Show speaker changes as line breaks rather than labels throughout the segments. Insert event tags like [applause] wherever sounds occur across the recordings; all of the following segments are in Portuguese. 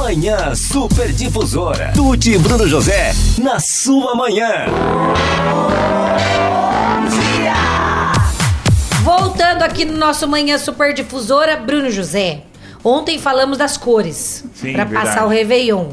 Manhã Super Difusora. Tuti e Bruno José, na sua manhã.
Voltando aqui no nosso Manhã Super Difusora, Bruno José. Ontem falamos das cores
Sim,
pra
verdade.
passar o Réveillon.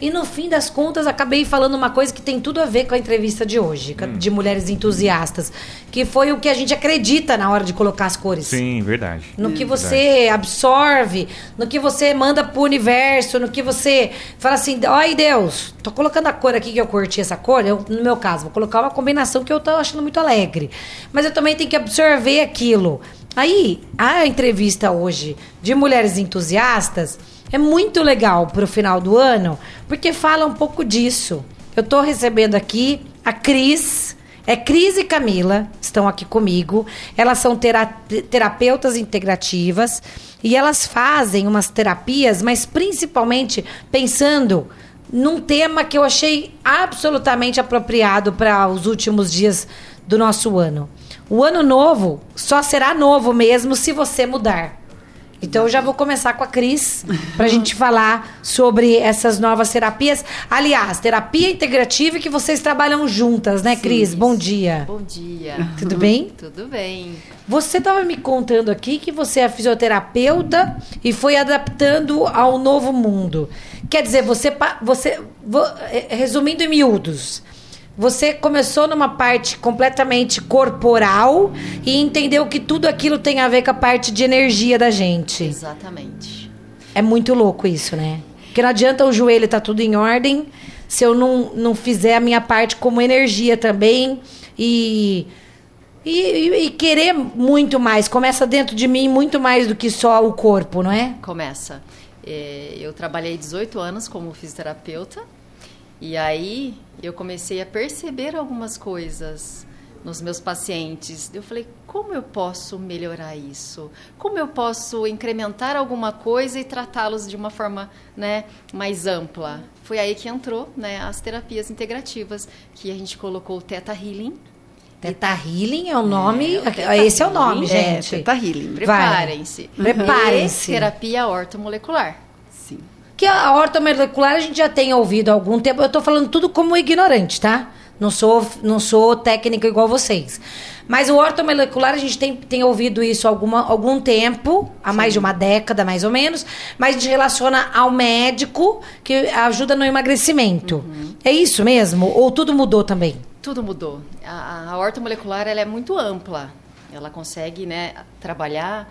E no fim das contas, acabei falando uma coisa que tem tudo a ver com a entrevista de hoje,
Hum.
ca- de mulheres entusiastas, que foi o que a gente acredita na hora de colocar as cores.
Sim, verdade.
No que você absorve, no que você manda pro universo, no que você fala assim, ai Deus, tô colocando a cor aqui que eu curti essa cor, eu, no meu caso, vou colocar uma combinação que eu tô achando muito alegre. Mas eu também tenho que absorver aquilo. Aí, a entrevista hoje de mulheres entusiastas é muito legal pro final do ano, porque fala um pouco disso. Eu tô recebendo aqui a Cris, é Cris e Camila, estão aqui comigo. Elas são tera- terapeutas integrativas e elas fazem umas terapias, mas principalmente pensando num tema que eu achei absolutamente apropriado para os últimos dias do nosso ano. O ano novo só será novo mesmo se você mudar. Então eu já vou começar com a Cris
[laughs]
pra gente falar sobre essas novas terapias. Aliás, terapia integrativa que vocês trabalham juntas, né, Cris? Bom dia.
Bom dia.
Tudo bem?
Tudo bem.
Você estava me contando aqui que você é fisioterapeuta e foi adaptando ao novo mundo. Quer dizer, você, pa- você vo- eh, resumindo em miúdos, você começou numa parte completamente corporal e entendeu que tudo aquilo tem a ver com a parte de energia da gente.
Exatamente.
É muito louco isso, né? Porque não adianta o joelho tá tudo em ordem se eu não, não fizer a minha parte como energia também e, e, e- e querer muito mais. Começa dentro de mim muito mais do que só o corpo, não é?
Começa. É, Eu trabalhei 18 anos como fisioterapeuta e aí eu comecei a perceber algumas coisas nos meus pacientes. Eu falei, como eu posso melhorar isso? Como eu posso incrementar alguma coisa e tratá-los de uma forma né, mais ampla? Foi aí que entrou né, as terapias integrativas, que a gente colocou o Theta Healing,
Teta Healing é o nome.
Theta
esse é o nome,
Healing.
É,
gente.
Teta Healing.
tá Preparem-se.
Vai. Preparem-se.
E Terapia ortomolecular.
Sim.
Que a ortomolecular a gente já tem ouvido há algum tempo. Eu tô falando tudo como ignorante, tá? Não sou, não sou técnica igual vocês. Mas o ortomolecular, a gente tem, tem ouvido isso há alguma, algum tempo, há mais de uma década, mais ou menos, mas a gente relaciona ao médico que ajuda no emagrecimento.
Uhum.
É isso mesmo? Ou tudo mudou também?
Tudo mudou. A, a horta molecular ela é muito ampla. Ela consegue né, trabalhar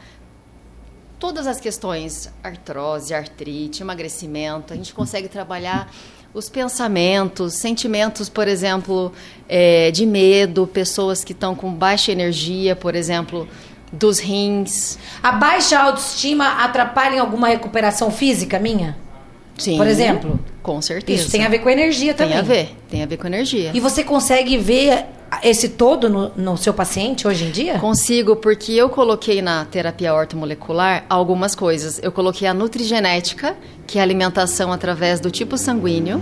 todas as questões, artrose, artrite, emagrecimento. A gente consegue trabalhar os pensamentos, sentimentos, por exemplo, eh, de medo, pessoas que estão com baixa energia, por exemplo, dos rins.
A baixa autoestima atrapalha em alguma recuperação física minha?
Sim.
Por exemplo?
Com certeza.
Isso tem a ver com energia também.
Tem a ver, tem a ver com energia.
E você consegue ver esse todo no, no seu paciente hoje em dia?
Consigo, porque eu coloquei na terapia ortomolecular algumas coisas. Eu coloquei a nutrigenética, que é a alimentação através do tipo sanguíneo.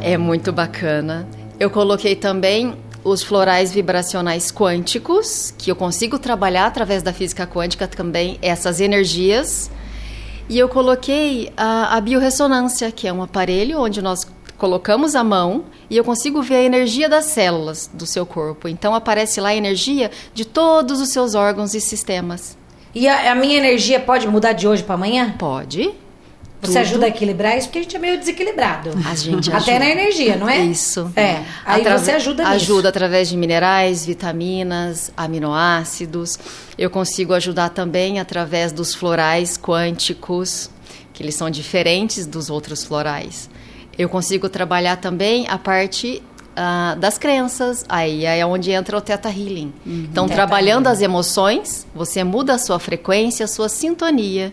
É muito bacana. Eu coloquei também os florais vibracionais quânticos, que eu consigo trabalhar através da física quântica também essas energias. E eu coloquei a, a biorressonância, que é um aparelho onde nós colocamos a mão e eu consigo ver a energia das células do seu corpo. Então aparece lá a energia de todos os seus órgãos e sistemas.
E a, a minha energia pode mudar de hoje pra amanhã?
Pode?
Você ajuda a equilibrar isso? Porque a gente é meio desequilibrado.
A gente
Até
ajuda.
na energia, não é?
Isso.
É. Aí
Atra-
você ajuda nisso.
Ajuda através de minerais, vitaminas, aminoácidos. Eu consigo ajudar também através dos florais quânticos, que eles são diferentes dos outros florais. Eu consigo trabalhar também a parte ah, das crenças, aí é onde entra o Theta Healing. Então,
Uhum. Theta
trabalhando as emoções, você muda a sua frequência, a sua sintonia.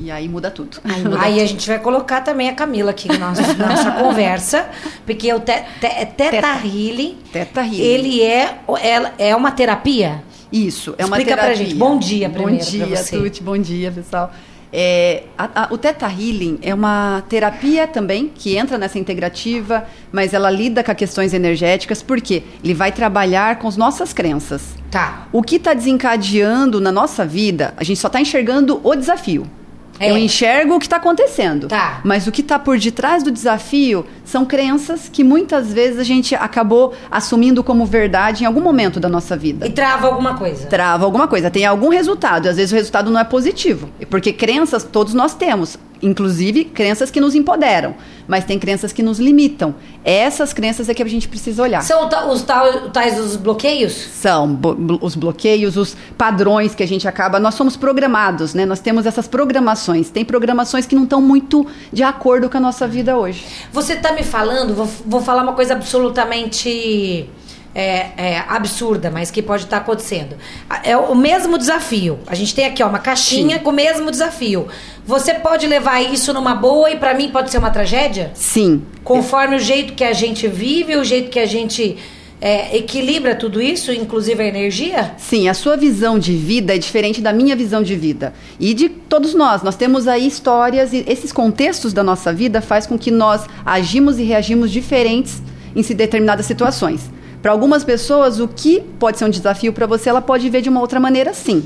E aí muda tudo.
[laughs] Aí a gente vai colocar também a Camila aqui na nossa, na nossa conversa, porque o te, te, é teta, healing,
Teta Healing.
ele é, ela, é uma terapia?
Isso, é uma
Explica pra
terapia.
gente. Bom dia
Bom
primeiro pra
dia,
você.
Tuti. Bom dia, pessoal. É, a- a- o Teta Healing é uma terapia também que entra nessa integrativa, mas ela lida com as questões energéticas, porque ele vai trabalhar com as nossas crenças.
Tá.
tá O que está desencadeando na nossa vida, a gente só está enxergando o desafio.
É.
Eu enxergo o que está acontecendo.
Tá.
Mas o que está por detrás do desafio são crenças que muitas vezes a gente acabou assumindo como verdade em algum momento da nossa vida.
E trava alguma coisa.
Trava alguma coisa, tem algum resultado. E às vezes o resultado não é positivo. Porque crenças todos nós temos. Inclusive crenças que nos empoderam. Mas tem crenças que nos limitam. Essas crenças é que a gente precisa olhar.
São ta- os tal- tais os bloqueios?
São bo- blo- os bloqueios, os padrões que a gente acaba. Nós somos programados, né? Nós temos essas programações. Tem programações que não estão muito de acordo com a nossa vida hoje.
Você tá me falando, vou, vou falar uma coisa absolutamente é, é, absurda, mas que pode estar acontecendo. A- É o mesmo desafio. A gente tem aqui ó, uma caixinha com o mesmo desafio. Você pode levar isso numa boa e pra mim pode ser uma tragédia?
Sim.
Conforme o jeito que a gente vive, o jeito que a gente é, equilibra tudo isso, inclusive a energia?
Sim, a sua visão de vida é diferente da minha visão de vida. E de todos nós. Nós temos aí histórias e esses contextos da nossa vida faz com que nós agimos e reagimos diferentes em se- determinadas situações. Para algumas pessoas, o que pode ser um desafio para você, ela pode ver de uma outra maneira, sim.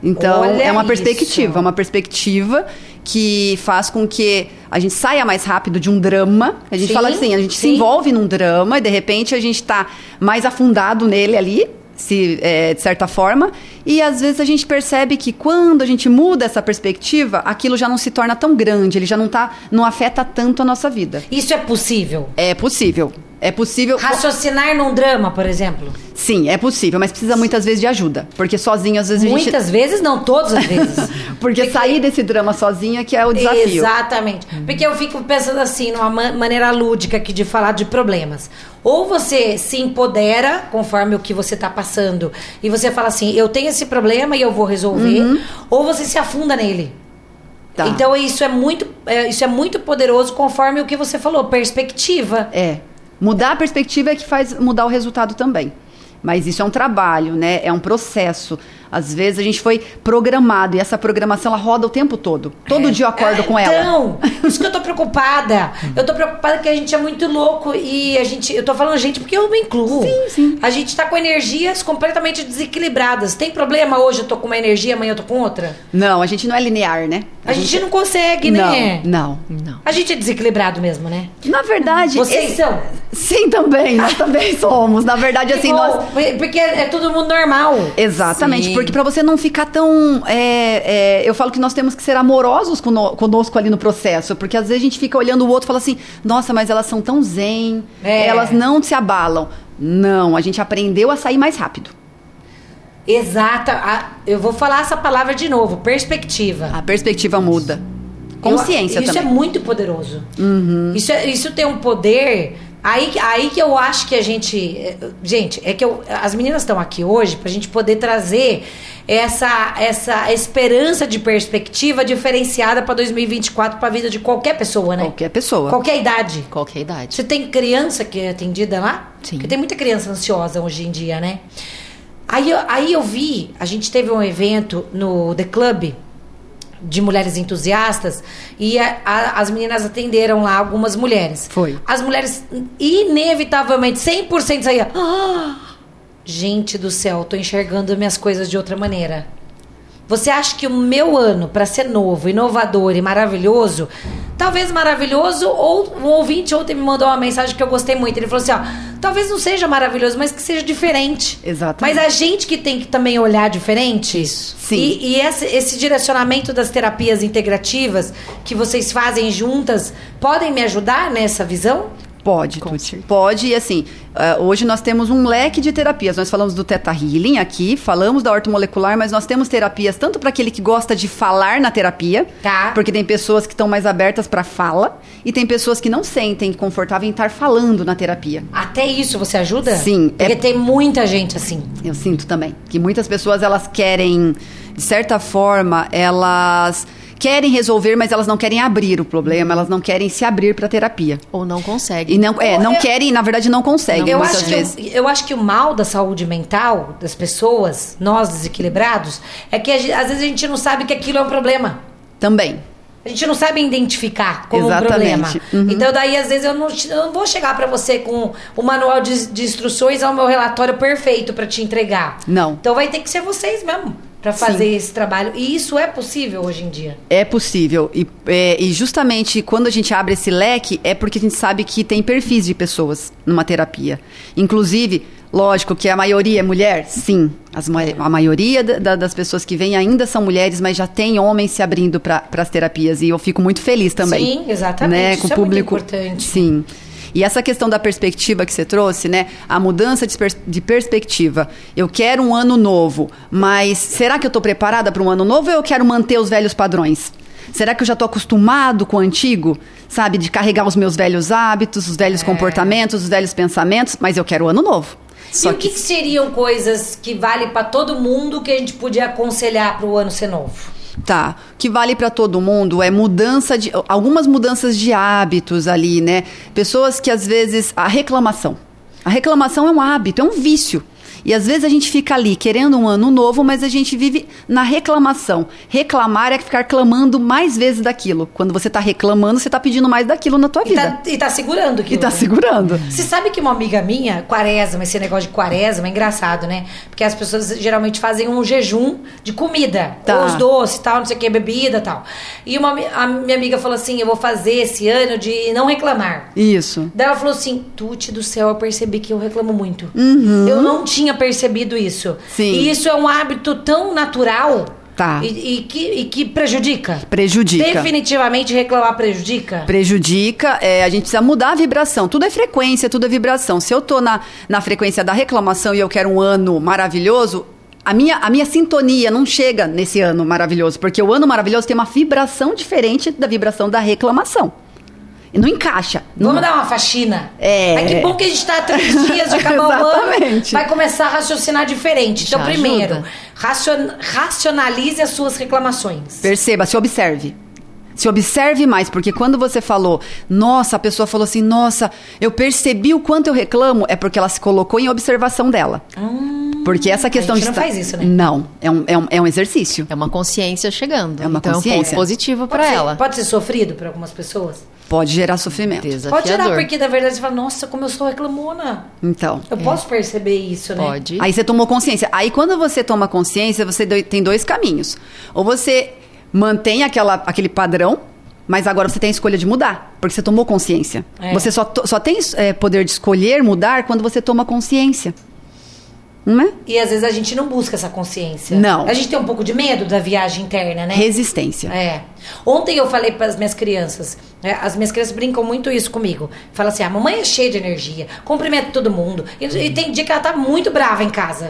Então,
Olha
é uma
isso.
perspectiva, é uma perspectiva que faz com que a gente saia mais rápido de um drama. A gente
Sim,
fala assim, a gente se
sim.
envolve envolve num drama e de repente a gente tá mais afundado nele ali, se, é, de certa forma. E às vezes a gente percebe que quando a gente muda essa perspectiva, aquilo já não se torna tão grande, ele já não tá, não afeta tanto a nossa vida.
Isso é possível?
É possível. É possível.
Raciocinar num drama, por exemplo?
Sim, é possível, mas precisa muitas vezes de ajuda. Porque sozinho, às vezes, a gente.
Muitas vezes, não todas as vezes.
[laughs] Porque sair desse drama sozinha que é o desafio. Uhum.
Exatamente. Porque eu fico pensando assim, numa ma- maneira lúdica aqui de falar de problemas. Ou você se empodera conforme o que você tá passando e você fala assim, eu tenho esse problema e eu vou resolver, ou você se afunda nele.
Uhum. Tá.
Então isso é muito, é, isso é muito poderoso conforme o que você falou, perspectiva.
É. Mudar a perspectiva é que faz mudar o resultado também. Mas isso é um trabalho, né? É um processo. Às vezes a gente foi programado e essa programação ela roda o tempo todo. Todo dia eu acordo com ela.
É. Então, isso que eu tô preocupada. Eu tô preocupada que a gente é muito louco e a gente. Eu tô falando gente porque eu me incluo. Sim, sim. A gente tá com energias completamente desequilibradas. Tem problema hoje eu tô com uma energia, amanhã eu tô com outra?
Não, a gente não é linear, né?
A, gente, não consegue, né?
Não, é
Não.
A gente é desequilibrado mesmo, né?
não. Na verdade,
Vocês
esse-
são.
Sim, também. Nós também somos. Na verdade, assim,
Tipo,
nós
Porque é todo mundo normal.
Exatamente,
Sim.
porque pra você não ficar tão. é, é, eu falo que nós temos que ser amorosos cono- conosco ali no processo, porque às vezes a gente fica olhando o outro e fala assim: nossa, mas elas são tão zen,
É.
elas não se abalam. Não, a gente aprendeu a sair mais rápido.
Exata. a- eu vou falar essa palavra de novo: perspectiva.
A perspectiva muda. Consciência
Eu- isso
também. Uhum.
é muito poderoso. Isso, é- isso tem um poder. Aí, que- aí que eu acho que a gente. eh, Gente, é que eu- as meninas estão aqui hoje pra gente poder trazer essa, essa esperança de perspectiva diferenciada pra 2024, pra vida de qualquer pessoa, né?
Qualquer pessoa.
Qualquer idade.
Qualquer é idade.
Você tem criança que é atendida lá?
Sim.
Porque tem muita criança ansiosa hoje em dia, né? Aí, eu- aí eu vi, a gente teve um evento no The Club de mulheres entusiastas e a- a- as meninas atenderam lá algumas mulheres.
Foi.
As mulheres, inevitavelmente, 100% saía. "Ah, gente do céu, tô enxergando minhas coisas de outra maneira. Você acha que o meu ano, para ser novo, inovador e maravilhoso, talvez maravilhoso, ou um ouvinte ontem me mandou uma mensagem que eu gostei muito. Ele falou assim: ó, talvez não seja maravilhoso, mas que seja diferente.
Exatamente.
Mas a gente que tem que também olhar diferente. Isso.
Sim.
E, e esse, esse direcionamento das terapias integrativas que vocês fazem juntas podem me ajudar nessa visão?
Pode,
Com
Tuti.
certeza.
Pode, e assim, ah, hoje nós temos um leque de terapias. Nós falamos do Teta Healing aqui, falamos da ortomolecular, mas nós temos terapias tanto para aquele que gosta de falar na terapia,
Tá.
porque tem pessoas que estão mais abertas para fala, e tem pessoas que não sentem confortável em estar falando na terapia.
Até isso você ajuda?
Sim,
Porque
é-
tem muita gente assim.
Eu sinto também que muitas pessoas elas querem, de certa forma, elas querem resolver, mas elas não querem abrir o problema, elas não querem se abrir para terapia.
Ou não consegue.
E não, é, não
Eu-
querem, na verdade, não conseguem.
Eu
muitas
acho, que,
vezes.
o- eu acho que o mal da saúde mental das pessoas, nós desequilibrados, é que a gen- às vezes a gente não sabe que aquilo é um problema.
Também.
A gente não sabe identificar como um problema.
Exatamente. Uhum.
Então, daí, às vezes, eu não, te- eu não vou chegar pra você com o manual de, de instruções ao meu relatório perfeito pra te entregar.
Não.
Então, vai ter que ser vocês mesmo. para fazer esse trabalho. E isso é possível hoje em dia.
É possível. E, é, e justamente quando a gente abre esse leque, é porque a gente sabe que tem perfis de pessoas numa terapia. Inclusive, lógico que a maioria é mulher? Sim. As ma- a maioria da- da- das pessoas que vêm ainda são mulheres, mas já tem homens se abrindo para as terapias. E eu fico muito feliz também.
Sim, exatamente.
Né,
Isso
com o
é muito
público.
importante.
Sim. E essa questão da perspectiva que você trouxe, né? A mudança de, pers- de perspectiva. Eu quero um ano novo, mas será que eu estou preparada para um ano novo ou eu quero manter os velhos padrões? Será que eu já estou acostumado com o antigo? Sabe, de carregar os meus velhos hábitos, os
É.
velhos comportamentos, os velhos pensamentos, mas eu quero o ano novo.
e o que, que seriam coisas que vale para todo mundo que a gente podia aconselhar para o ano ser novo?
Tá. O que vale para todo mundo é mudança de. algumas mudanças de hábitos ali, né? Pessoas que às vezes. A reclamação. A reclamação é um hábito, é um vício. E às vezes a gente fica ali querendo um ano novo, mas a gente vive na reclamação. Reclamar é ficar clamando mais vezes daquilo. Quando você tá reclamando, você tá pedindo mais daquilo na tua
E tá,
vida.
e tá segurando que
E tá segurando.
Você sabe que uma amiga minha, quaresma, esse negócio de quaresma é engraçado, né? Porque as pessoas geralmente fazem um jejum de comida,
Tá.
ou os doces e tal, não sei o que, bebida e tal. E uma, ami- a minha amiga falou assim: eu vou fazer esse ano de não reclamar.
Isso.
Daí ela falou assim: Tute do céu, eu percebi que eu reclamo muito. Eu não tinha percebido isso.
Uhum. Sim.
E isso é um hábito tão natural
Tá.
e, e que, e que prejudica.
Prejudica.
Definitivamente reclamar prejudica.
prejudica, é, a gente precisa mudar a vibração. Tudo é frequência, tudo é vibração. Se eu tô na, na frequência da reclamação e eu quero um ano maravilhoso, a minha, a minha sintonia não chega nesse ano maravilhoso, porque o ano maravilhoso tem uma vibração diferente da vibração da reclamação. E Não encaixa. Não,
Vamos dar uma faxina.
É.
Mas que bom que a gente tá há três
[laughs]
dias de acabar o ano.
Exatamente.
Vai começar a raciocinar diferente. Então,
Já
primeiro,
ajuda.
racion- racionalize as suas reclamações.
Perceba, se observe. Se observe mais, porque quando você falou, nossa, a pessoa falou assim, nossa, eu percebi o quanto eu reclamo, é porque ela se colocou em observação dela. porque essa questão
Hum, gente
de.
não
estar-
faz isso, né?
Não, é um, é um, é um exercício.
É uma consciência chegando.
É uma
então é um
consciência.
ponto positivo
Pode
para
ser-
ela.
Pode ser sofrido para algumas pessoas?
Pode gerar sofrimento.
Pode
Desafiador.
gerar, porque na verdade você fala, nossa, como eu sou reclamona.
Então.
Eu posso perceber isso, né?
É. Pode.
Aí você tomou consciência. Aí quando você toma consciência, você doi- tem dois caminhos. Ou você mantém aquela, aquele padrão, mas agora você tem a escolha de mudar, porque você tomou consciência.
É.
Você só, to- só tem é, poder de escolher mudar quando você toma consciência. Não é?
E às vezes a gente não busca essa consciência.
Não.
A gente tem um pouco de medo da viagem interna, né?
Resistência.
É. Ontem eu falei para as minhas crianças, né, as minhas crianças brincam muito isso comigo. Fala assim: a mamãe é cheia de energia, cumprimenta todo mundo. E, e tem dia que ela tá muito brava em
[laughs]
casa.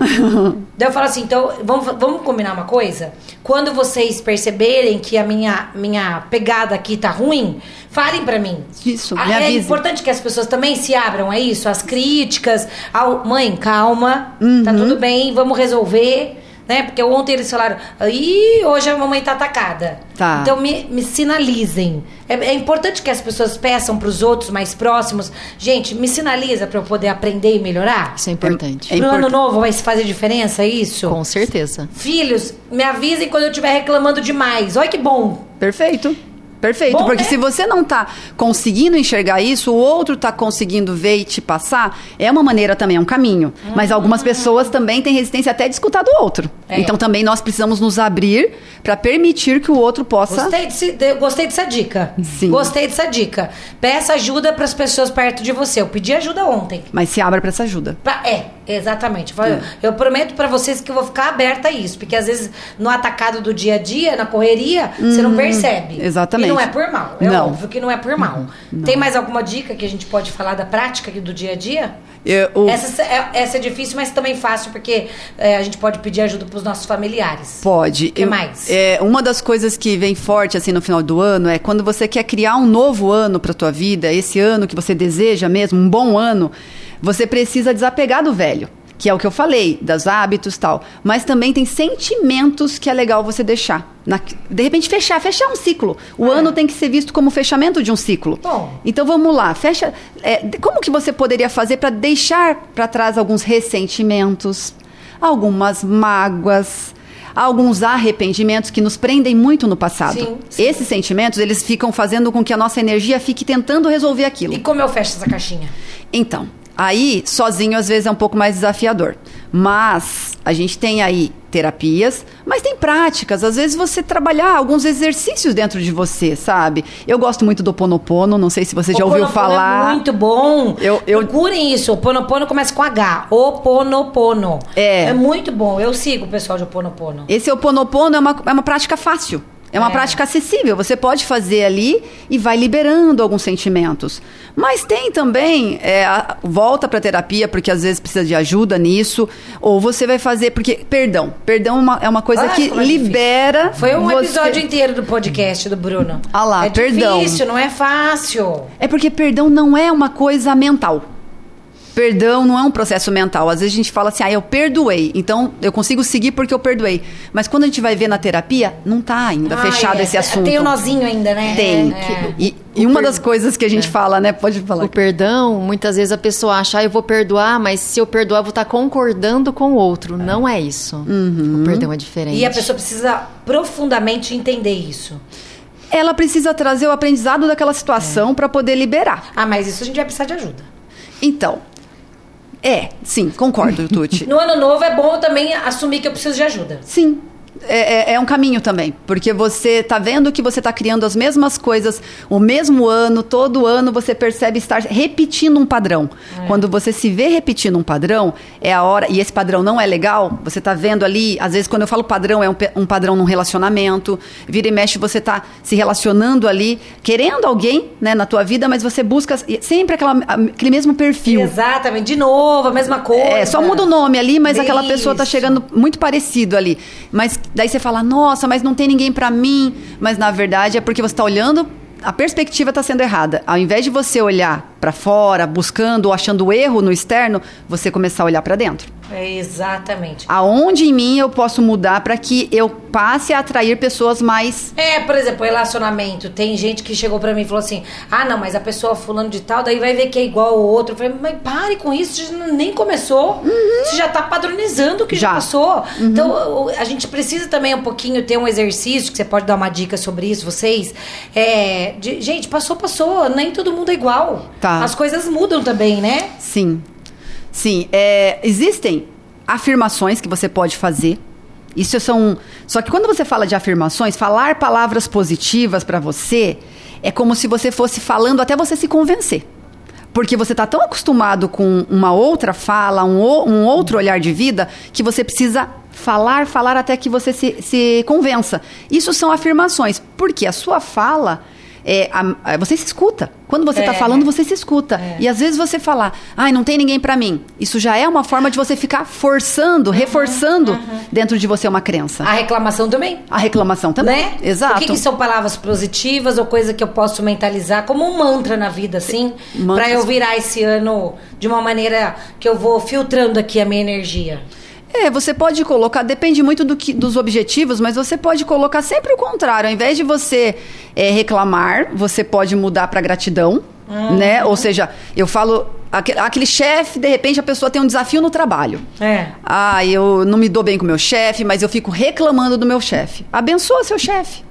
Daí eu falo assim: então, vamos, vamos combinar uma coisa? Quando vocês perceberem que a minha, minha pegada aqui tá ruim, falem para mim.
Isso,
Ah,
me
É
avise.
importante que as pessoas também se abram a isso, as críticas. Ao... Mãe, calma,
Uhum.
tá tudo bem, vamos resolver. Né? Porque ontem eles falaram, ih, hoje a mamãe tá atacada.
Tá.
Então me, me sinalizem. É, é importante que as pessoas peçam pros outros mais próximos. Gente, me sinaliza pra eu poder aprender e melhorar.
Isso é importante.
É
no ano
importante.
novo vai fazer diferença isso?
Com certeza.
Filhos, me avisem quando eu estiver reclamando demais. Olha que bom.
Perfeito. Perfeito,
Bom,
porque
né?
se você não tá conseguindo enxergar isso, o outro tá conseguindo ver e te passar, é uma maneira também, é um caminho. Mas algumas pessoas também têm resistência até de escutar do outro.
Ah. É.
Então também nós precisamos nos abrir para permitir que o outro possa.
Gostei, desse- de- gostei dessa dica.
Sim.
Gostei dessa dica. Peça ajuda pras pessoas perto de você. Eu pedi ajuda ontem.
Mas se abra para essa ajuda.
Pra- é, exatamente. Eu falo,
Hum.
Eu prometo pra vocês que eu vou ficar aberta a isso, porque às vezes no atacado do dia a dia, na correria, você não percebe.
Hum, exatamente.
E não é por mal. É
Não. Uhum.
óbvio que não é por mal. Tem mais alguma dica que a gente pode falar da prática aqui do dia a dia?
Eu- o-
Essa, é, essa é difícil, mas também fácil, porque é, a gente pode pedir ajuda pros nossos familiares.
Pode.
Que mais?
É, uma das coisas que vem forte assim no final do ano é quando você quer criar um novo ano para tua vida, esse ano que você deseja mesmo, um bom ano, você precisa desapegar do velho. Que é o que eu falei, dos hábitos tal. Mas também tem sentimentos que é legal você deixar. Na- de repente, fechar, fechar um ciclo. O ano tem que ser visto como fechamento de um ciclo.
É. Bom.
Então vamos lá, fecha. é, de- como que você poderia fazer para deixar para trás alguns ressentimentos, algumas mágoas, alguns arrependimentos que nos prendem muito no passado?
Sim,
Esses sentimentos eles ficam fazendo com que a nossa energia fique tentando resolver aquilo.
E como eu fecho essa caixinha?
Então, Aí, sozinho, às vezes é um pouco mais desafiador. Mas a gente tem aí terapias, mas tem práticas. Às vezes você trabalhar alguns exercícios dentro de você, sabe? Eu gosto muito do Ponopono, não sei se você já ouviu
Ho'oponopono
falar.
É muito bom.
Eu- eu-
Procurem isso. O Ponopono começa com H. O Ponopono.
É.
É muito bom. Eu sigo o pessoal de Ponopono.
Esse Oponopono é uma, é uma prática fácil. É uma
É.
prática acessível. Você pode fazer ali e vai liberando alguns sentimentos. Mas tem também é, a- volta para terapia, porque às vezes precisa de ajuda nisso. Ou você vai fazer. Porque, perdão. Perdão é uma, é uma coisa
Ah,
que
como é difícil.
libera.
Foi um
você-
episódio inteiro do podcast do Bruno.
Ah lá,
é
perdão.
difícil, não é fácil.
É porque perdão não é uma coisa mental. Perdão não é um processo mental. Às vezes a gente fala assim, ah, eu perdoei, então eu consigo seguir porque eu perdoei. Mas quando a gente vai ver na terapia, não tá ainda
Ai,
fechado
é.
esse assunto.
Tem o nozinho ainda, né?
Tem.
É.
E, e uma das coisas que a gente fala, né? Pode falar.
O perdão, muitas vezes a pessoa acha, ah, eu vou perdoar, mas se eu perdoar, eu vou estar concordando com o outro. Não é isso. O perdão é diferente.
Uhum. E a pessoa precisa profundamente entender isso.
Ela precisa trazer o aprendizado daquela
É.
situação pra poder liberar.
Ah, mas isso a gente vai precisar de ajuda.
Então, é, sim,
[laughs]
concordo, Tuti.
No ano novo é bom eu também assumir que eu preciso de ajuda.
Sim. É, é- é um caminho também, porque você tá vendo que você tá criando as mesmas coisas o mesmo ano, todo ano você percebe estar repetindo um padrão. Quando você se vê repetindo um padrão, é a hora, e esse padrão não é legal, você tá vendo ali, às vezes quando eu falo padrão, é um, pe- um padrão num relacionamento, vira e mexe você tá se relacionando ali, querendo alguém, né, na tua vida, mas você busca sempre aquela- aquele mesmo perfil.
Exatamente. De novo, a mesma coisa.
É, só muda o nome ali, mas
Bem
aquela pessoa tá
isso.
chegando muito parecido ali. Mas daí você fala, nossa, mas não tem ninguém pra mim. Mas na verdade é porque você tá olhando, a perspectiva tá sendo errada. Ao invés de você olhar pra fora, buscando ou achando erro no externo, você começar a olhar pra dentro.
É, exatamente.
Aonde em mim eu posso mudar pra que eu passe a atrair pessoas mais.
É, por exemplo, relacionamento. Tem gente que chegou pra mim e falou assim: ah, não, mas a pessoa fulano de tal, daí vai ver que é igual ao outro. Eu falei, mas pare com isso, isso já nem começou. Você já tá padronizando o que já,
Uhum. Já. Uhum.
passou. Então, o- a gente precisa também um pouquinho ter um exercício, que você pode dar uma dica sobre isso, vocês. É, de- gente, passou, passou. Nem todo mundo é igual.
Tá.
As coisas mudam também, né?
Sim. Sim. é, existem afirmações que você pode fazer. Isso são. Só que quando você fala de afirmações, falar palavras positivas pra você é como se você fosse falando até você se convencer. Porque você tá tão acostumado com uma outra fala, um, o- um outro olhar de vida, que você precisa falar, falar até que você se, se convença. Isso são afirmações. Porque a sua fala. é, a- a- você se escuta. Quando você tá
É.
falando, você se escuta. E às vezes você falar, ai, não tem ninguém pra mim. Isso já é uma forma de você ficar
Uhum.
forçando, reforçando dentro de você uma crença.
A reclamação também.
A reclamação também.
Né?
Exato.
O que, que são palavras positivas ou coisa que eu posso mentalizar como um mantra na vida, assim?
Mantras.
Pra eu virar esse ano de uma maneira que eu vou filtrando aqui a minha energia.
É, você pode colocar, depende muito do que- dos objetivos, mas você pode colocar sempre o contrário. Ao invés de você é, reclamar, você pode mudar pra gratidão, né?
Uhum.
Ou seja, eu falo, aque- aquele, chefe, de repente a pessoa tem um desafio no trabalho.
É.
Ah, eu não me dou bem com meu chefe, mas eu fico reclamando do meu chefe. Abençoa seu chefe.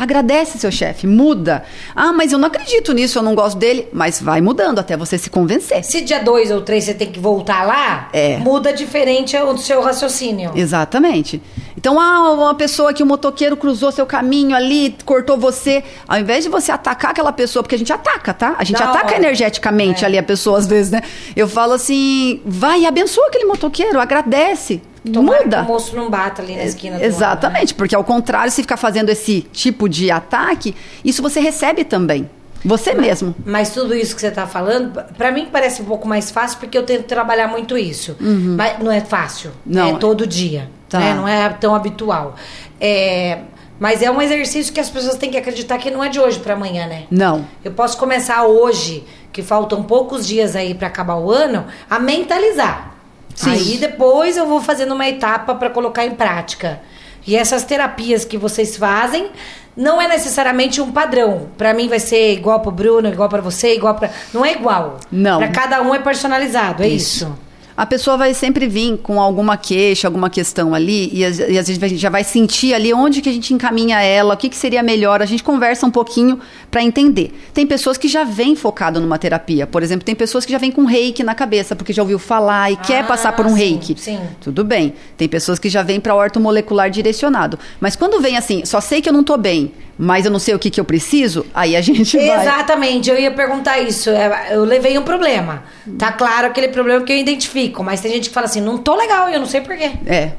Agradece seu chefe, muda. Ah, mas eu não acredito nisso, eu não gosto dele. Mas vai mudando até você se convencer.
Se dia 2 ou 3 você tem que voltar lá,
É.
muda diferente o seu raciocínio.
Exatamente. Então, ah, uma pessoa que o motoqueiro cruzou seu caminho ali, cortou você. Ao invés de você atacar aquela pessoa, porque a gente ataca, tá? A gente
Da
ataca
hora.
energeticamente
é.
ali a pessoa, às vezes, né? Eu falo assim, vai, abençoa aquele motoqueiro, agradece,
Tomara
muda.
que o moço não bata ali na esquina. do lado, né?
Exatamente, porque ao contrário, se ficar fazendo esse tipo de ataque, isso você recebe também.
É.
Você mesmo.
Mas tudo isso que você tá falando, pra mim parece um pouco mais fácil, porque eu tento trabalhar muito isso. Mas não é fácil.
Uhum. Não.
É todo dia.
Tá.
né? Não é tão habitual. É, Mas é um exercício que as pessoas têm que acreditar que não é de hoje pra amanhã, né?
Não.
Eu posso começar hoje, que faltam poucos dias aí pra acabar o ano, a mentalizar.
Sim.
Aí depois eu vou fazendo uma etapa pra colocar em prática. E essas terapias que vocês fazem não é necessariamente um padrão. Pra mim vai ser igual pro Bruno, igual pra você, igual pra. não é igual.
Não.
Pra cada um é personalizado, é isso.
a pessoa vai sempre vir com alguma queixa, alguma questão ali, e, às- e às vezes a gente já vai sentir ali onde que a gente encaminha ela, o que, que seria melhor. A gente conversa um pouquinho para entender. Tem pessoas que já vêm focado numa terapia. Por exemplo, tem pessoas que já vêm com reiki na cabeça, porque já ouviu falar e quer passar por um
Ah, sim,
reiki.
sim.
Tudo bem. Tem pessoas que já vêm para orto molecular direcionado. Mas quando vem assim, só sei que eu não tô bem, mas eu não sei o que, que eu preciso, aí a [laughs] gente vai.
Exatamente, eu ia perguntar isso. É, Eu levei um problema. Tá claro aquele problema que eu identifico, mas tem gente que fala assim: não tô legal, e eu não sei porquê.
É.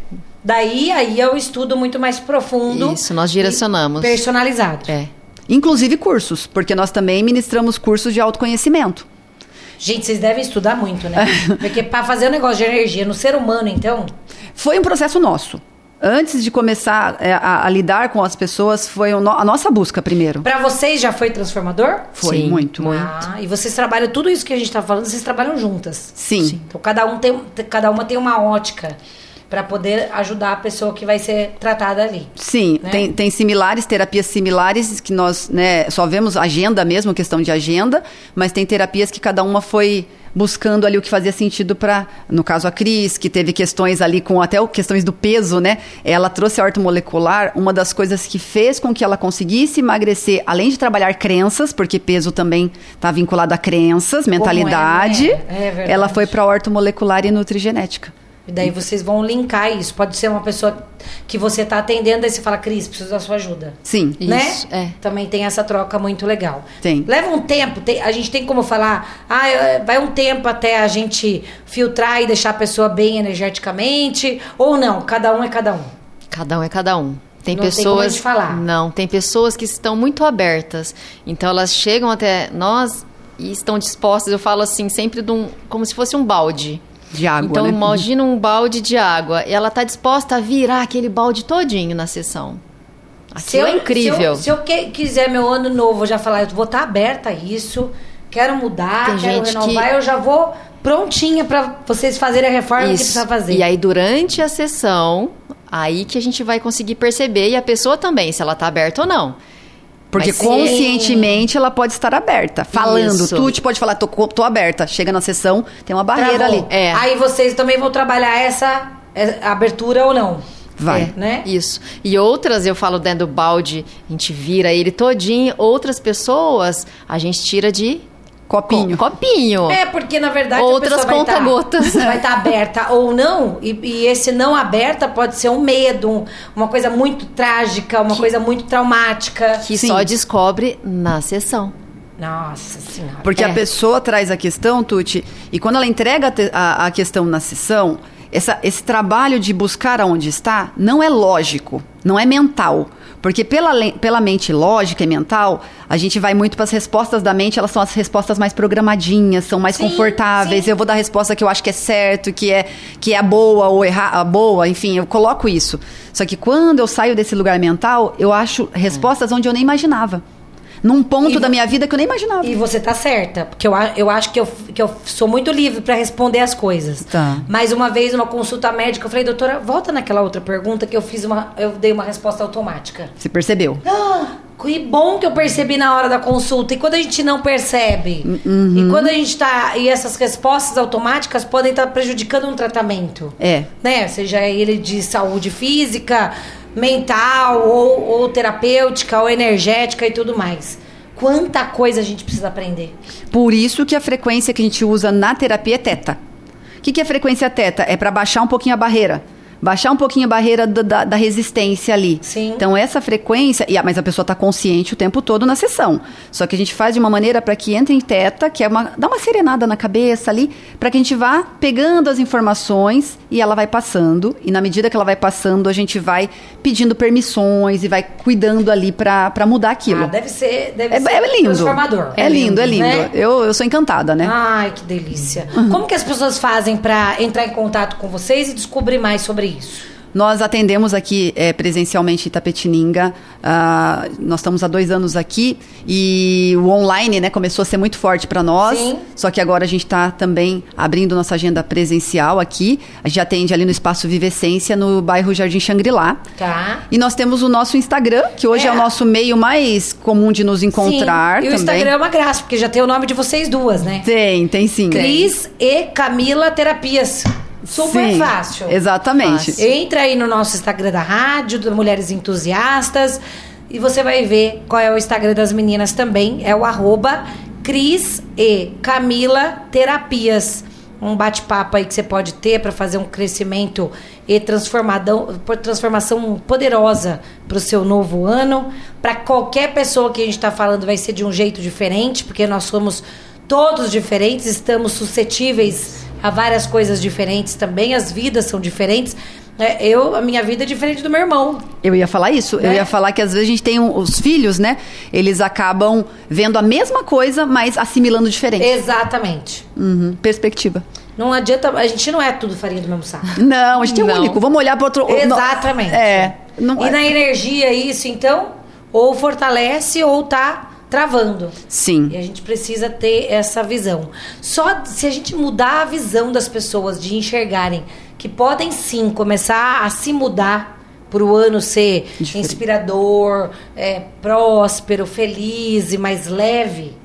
Daí aí é um estudo muito mais profundo.
Isso, nós direcionamos.
e Personalizado.
É.
Inclusive cursos, porque nós também ministramos cursos de autoconhecimento.
Gente, vocês devem estudar muito,
[laughs]
né? Porque pra fazer um negócio de energia no ser humano, então.
Foi um processo nosso. Antes de começar é, a, a lidar com as pessoas, foi o no- a nossa busca primeiro.
Pra vocês já foi transformador?
Foi
Sim,
muito.
muito.
Ah, e vocês trabalham tudo isso que a gente tá falando, vocês trabalham juntas.
Sim.
Então cada um tem cada uma tem uma ótica pra poder ajudar a pessoa que vai ser tratada ali.
Sim,
né?
tem, tem similares, terapias similares que nós né, só vemos agenda mesmo, questão de agenda, mas tem terapias que cada uma foi buscando ali o que fazia sentido para, no caso a Cris, que teve questões ali com até o- questões do peso, né? Ela trouxe a ortomolecular, uma das coisas que fez com que ela conseguisse emagrecer, além de trabalhar crenças, porque peso também está vinculado a crenças, mentalidade.
né? É verdade.
ela foi para ortomolecular e nutrigenética.
E daí vocês vão linkar isso. Pode ser uma pessoa que você tá atendendo e você fala, Cris, preciso da sua ajuda.
Sim.
Isso,
né?
é.
Também tem essa troca muito legal.
Tem.
Leva um tempo, tem- a gente tem como falar, ah, é, vai um tempo até a gente filtrar e deixar a pessoa bem energeticamente, ou não, cada um é cada um.
Cada um é cada um. Tem
Não tem
pessoas.
como a gente falar.
Não, tem pessoas que estão muito abertas. Então elas chegam até nós e estão dispostas, eu falo assim, sempre de um, como se fosse um balde.
De água,
Então
né?
imagina um balde de água. E ela está disposta a virar aquele balde todinho na sessão.
Se
Aquilo
eu-
é
Se eu,
incrível.
se eu que- quiser meu ano novo, eu já falar, eu vou estar aberta a isso, quero mudar,
Tem
quero
gente
renovar,
que-
eu já vou prontinha pra vocês fazerem a reforma que precisa fazer.
E aí, durante a sessão, aí que a gente vai conseguir perceber, e a pessoa também, se ela tá aberta ou não.
Porque
Mas se-
conscientemente ela pode estar aberta, falando.
Isso.
Tu te pode falar, tô, co- tô aberta. Chega na sessão, tem uma
Travou.
barreira ali.
É.
Aí vocês também vão trabalhar essa essa abertura ou não.
Vai.
É,
Né?
Isso. E outras, eu falo dentro do balde, a gente vira ele todinho. Outras pessoas, a gente tira de
Copinho.
co- copinho.
É, porque na verdade
Outras
a pessoa vai tá-
conta-gotas.
vai estar aberta ou não, e, e esse não aberta pode ser um medo, um- uma coisa muito trágica, uma coisa muito traumática.
Que
Sim.
só descobre na sessão.
Nossa senhora.
Porque
É.
a pessoa traz a questão, Tuti, e quando ela entrega a te- a, a questão na sessão, essa- esse trabalho de buscar aonde está não é lógico, não é mental. Porque pela, le- pela mente lógica e mental, a gente vai muito para as respostas da mente, elas são as respostas mais programadinhas, são mais
Sim,
confortáveis.
sim.
Eu vou dar a resposta que eu acho que é certo, que é, que é a boa ou errar, a boa, enfim, eu coloco isso. Só que quando eu saio desse lugar mental, eu acho respostas onde eu nem imaginava. Num ponto
E-
da minha vida que eu nem imaginava.
E você tá certa, porque eu, a- eu acho que eu, que eu sou muito livre pra responder as coisas.
Tá.
Mas uma vez, numa consulta médica, eu falei, doutora, volta naquela outra pergunta que eu fiz uma. Eu dei uma resposta automática.
Você percebeu?
Ah, que bom que eu percebi na hora da consulta. E quando a gente não percebe?
Uhum.
E quando a gente tá. E essas respostas automáticas podem estar prejudicando um tratamento.
É.
Né? Seja ele de saúde física, mental, ou, ou terapêutica, ou energética e tudo mais. Quanta coisa a gente precisa aprender.
Por isso que a frequência que a gente usa na terapia é teta. O que, que é frequência teta? É para baixar um pouquinho a barreira. Baixar um pouquinho a barreira do- da, da resistência ali.
Sim.
Então, essa frequência. E, ah, mas a pessoa está consciente o tempo todo na sessão. Só que a gente faz de uma maneira para que entre em teta, que é uma. dá uma serenada na cabeça ali, para que a gente vá pegando as informações e ela vai passando. E na medida que ela vai passando, a gente vai pedindo permissões e vai cuidando ali para mudar aquilo.
Ah, deve ser, deve
É,
ser
é lindo.
transformador.
É lindo, é lindo.
né? Ah.
Eu, eu sou encantada, né? Uhum.
Ai, que delícia. Como que as pessoas fazem pra entrar em contato com vocês e descobrir mais sobre isso?
Nós atendemos aqui eh, presencialmente em Itapetininga. Ah, nós estamos há dois anos aqui e o online né, começou a ser muito forte para nós.
Sim.
Só que agora a gente está também abrindo nossa agenda presencial aqui. A gente atende ali no Espaço Vivescência, no bairro Jardim Xangri-Lá.
Tá.
E nós temos o nosso Instagram, que hoje é,
É.
o nosso meio mais comum de nos encontrar
Sim, E o
também.
Instagram é uma graça, porque já tem o nome de vocês duas, né?
Tem, tem sim.
Cris e Camila Terapias. Super
Sim,
fácil.
Exatamente.
Fácil.
Entra aí no nosso Instagram da rádio, do Mulheres Entusiastas, e você vai ver qual é o Instagram das meninas também. É o arroba Cris e Camila Terapias. Um bate-papo aí que você pode ter para fazer um crescimento e transformadão, por- transformação poderosa para o seu novo ano. Para qualquer pessoa que a gente está falando vai ser de um jeito diferente, porque nós somos todos diferentes, estamos suscetíveis a várias coisas diferentes também, as vidas são diferentes. É, Eu, a minha vida é diferente do meu irmão.
Eu ia falar isso. Eu
Né?
ia falar que às vezes a gente tem um- os filhos, né? Eles acabam vendo a mesma coisa, mas assimilando diferente.
Exatamente.
Uhum, Perspectiva.
Não adianta, a gente não é tudo farinha do mesmo saco.
Não, a gente tem um
Não.
único. Vamos olhar para outro. o- no-
Exatamente.
É. Não,
E na energia isso, então, ou fortalece ou tá travando.
Sim.
E a gente precisa ter essa visão. Só se a gente mudar a visão das pessoas, de enxergarem que podem sim começar a se mudar para o ano ser
Diferente.
inspirador, é, próspero, feliz e mais leve,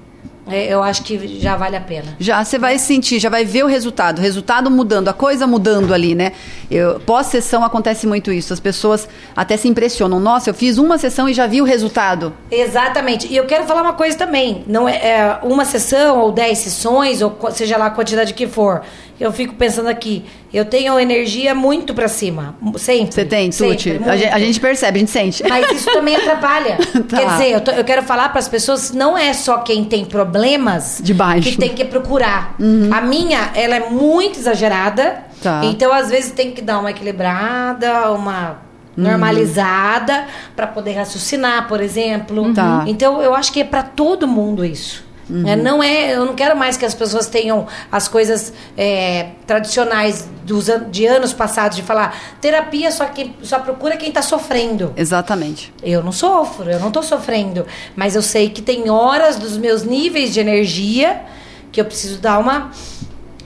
é, eu acho que já vale a pena.
Já você vai sentir, já vai ver o resultado. O resultado mudando, a coisa mudando ali, né? Eu, pós-sessão acontece muito isso. As pessoas até se impressionam. Nossa, eu fiz uma sessão e já vi o resultado.
Exatamente. E eu quero falar uma coisa também. Não é, é, uma sessão ou dez sessões, ou qu- seja lá a quantidade que for. Eu fico pensando aqui, eu tenho energia muito para cima. Sempre.
Você tem, Tuti?
sempre,
A, gen- a
muito.
gente percebe, a gente sente.
Mas isso também atrapalha.
[laughs] Tá.
Quer dizer, eu, tô- eu quero falar para as pessoas, não é só quem tem problemas
De baixo. Uhum.
que tem que procurar. A minha, ela é muito exagerada.
Tá.
Então, às vezes, tem que dar uma equilibrada, uma
Uhum.
normalizada pra poder raciocinar, por exemplo.
Tá. Uhum.
Então, eu acho que é pra todo mundo isso. É, não é, eu não quero mais que as pessoas tenham as coisas é, tradicionais dos an- de anos passados de falar terapia só que só procura quem tá sofrendo.
Exatamente.
Eu não sofro, eu não tô sofrendo. Mas eu sei que tem horas dos meus níveis de energia que eu preciso dar uma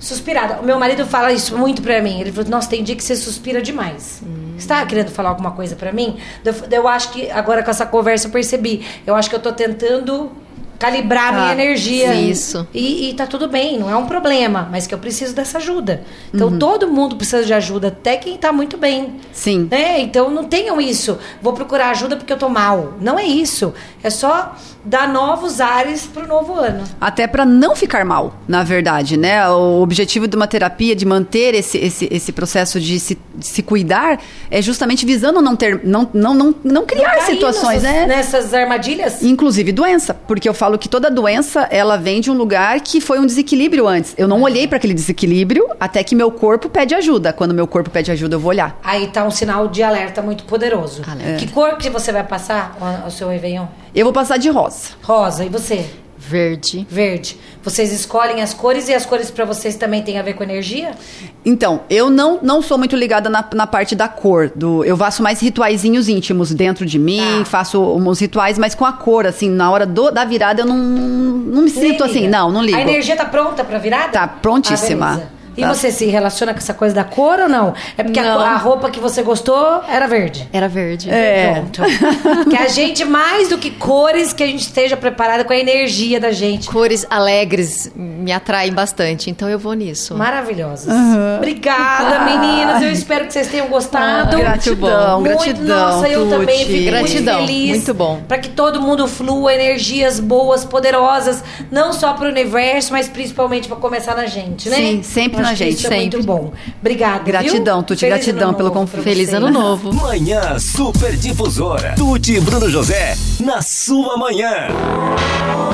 suspirada. O meu marido fala isso muito pra mim. Ele falou: Nossa, tem dia que você suspira demais. Você tá querendo falar alguma coisa pra mim? Eu, eu acho que agora com essa conversa eu percebi. Eu acho que eu tô tentando calibrar a minha
Ah,
energia.
isso.
E, e tá tudo bem, não é um problema, mas que eu preciso dessa ajuda. Então
Uhum.
todo mundo precisa de ajuda, até quem tá muito bem.
Sim.
Né? Então não tenham isso. Vou procurar ajuda porque eu tô mal. Não é isso. É só dar novos ares pro novo ano.
Até para não ficar mal, na verdade, né? O objetivo de uma terapia, de manter esse, esse, esse processo de se, de se cuidar, é justamente visando não ter, não, não, não, não criar
Cair
situações,
Tá nessas,
né?
Nessas armadilhas.
Inclusive doença, porque eu falo que toda doença ela vem de um lugar que foi um desequilíbrio antes. Eu não olhei para aquele desequilíbrio até que meu corpo pede ajuda. Quando meu corpo pede ajuda, eu vou olhar.
Aí tá um sinal de alerta muito poderoso.
Ah,
Alerta.
é.
Que cor que você vai passar o- o seu Réveillon?
Eu vou passar de rosa.
Rosa. E você?
Verde.
Verde. Vocês escolhem as cores e as cores pra vocês também têm a ver com energia?
Então, eu não, não sou muito ligada na, na parte da cor. Do, eu faço mais rituaizinhos íntimos dentro de mim,
Tá.
faço uns rituais, mas com a cor, assim, na hora do- da virada eu não, não me
Nem
sinto assim,
liga.
não, não ligo.
A energia tá pronta pra virada?
Tá prontíssima.
Ah, beleza. e
Tá.
você se relaciona com essa coisa da cor ou não? É porque a,
Não.
co- a roupa que você gostou era verde.
Era verde.
É.
Pronto. que a gente, mais do que cores, que a gente esteja preparada com a energia da gente.
Cores alegres me atraem bastante, então eu vou nisso.
Maravilhosas. Obrigada, meninas. Eu espero que vocês tenham gostado.
Ah,
Gratidão,
Muito-
gratidão.
Nossa, eu também
Tuti.
fico
Gratidão,
muito feliz.
muito bom.
Para que todo mundo flua energias boas, poderosas, não só para o universo, mas principalmente para começar na gente, né?
Sim, sempre
Eu acho
na
que
gente,
Isso é
sempre.
muito bom. Obrigada. viu?
Gratidão, Tuti,
Feliz
gratidão
ano
pelo
novo
conf-
pra
Feliz
vocês.
ano novo.
Manhã Super Difusora. Tuti e Bruno José na sua manhã.